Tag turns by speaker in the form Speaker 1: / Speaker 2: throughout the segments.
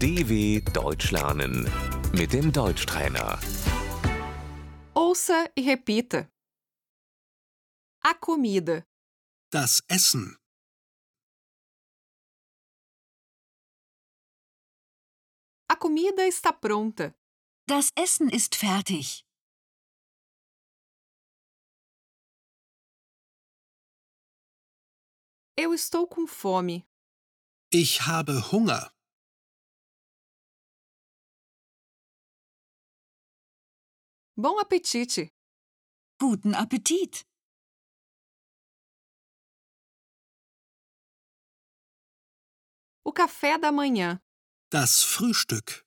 Speaker 1: DW Deutsch lernen mit dem Deutschtrainer.
Speaker 2: Ouça e repita. A comida,
Speaker 3: Das Essen.
Speaker 2: a comida está pronta.
Speaker 4: Das Essen ist fertig.
Speaker 2: Eu estou com fome.
Speaker 3: Ich habe Hunger.
Speaker 2: Bom apetite.
Speaker 4: Guten Appetit.
Speaker 2: O café da manhã,
Speaker 3: Das Frühstück.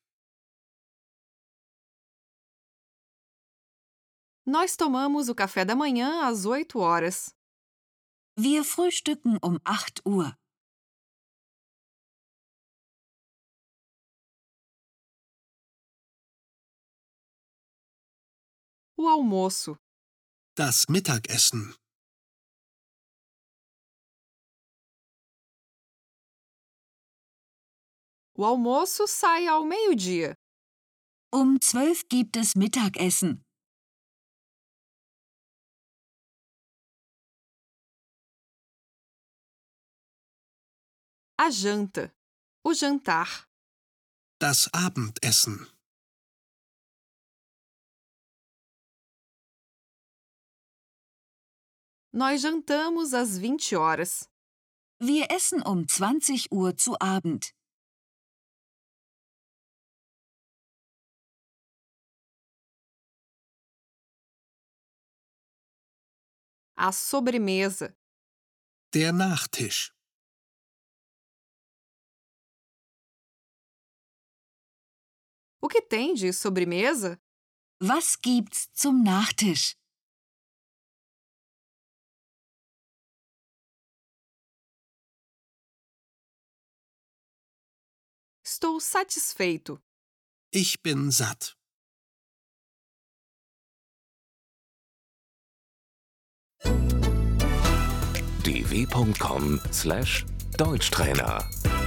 Speaker 2: nós tomamos o café da manhã às 8 horas.
Speaker 4: Wir frühstücken um 8 Uhr.
Speaker 2: O almoço,
Speaker 3: Das Mittagessen.
Speaker 2: o almoço sai ao meio-dia.
Speaker 4: Um 12 gibt es Mittagessen.
Speaker 2: A janta, o jantar.
Speaker 3: Das Abendessen.
Speaker 2: Nós jantamos às 20 horas.
Speaker 4: Wir essen um 20 Uhr zu Abend.
Speaker 2: A sobremesa,
Speaker 3: Der Nachtisch.
Speaker 2: o que tem de sobremesa?
Speaker 4: Was gibt's zum Nachtisch?
Speaker 2: Estou satisfeito.
Speaker 3: Ich bin satt.
Speaker 1: dw.com/deutschtrainer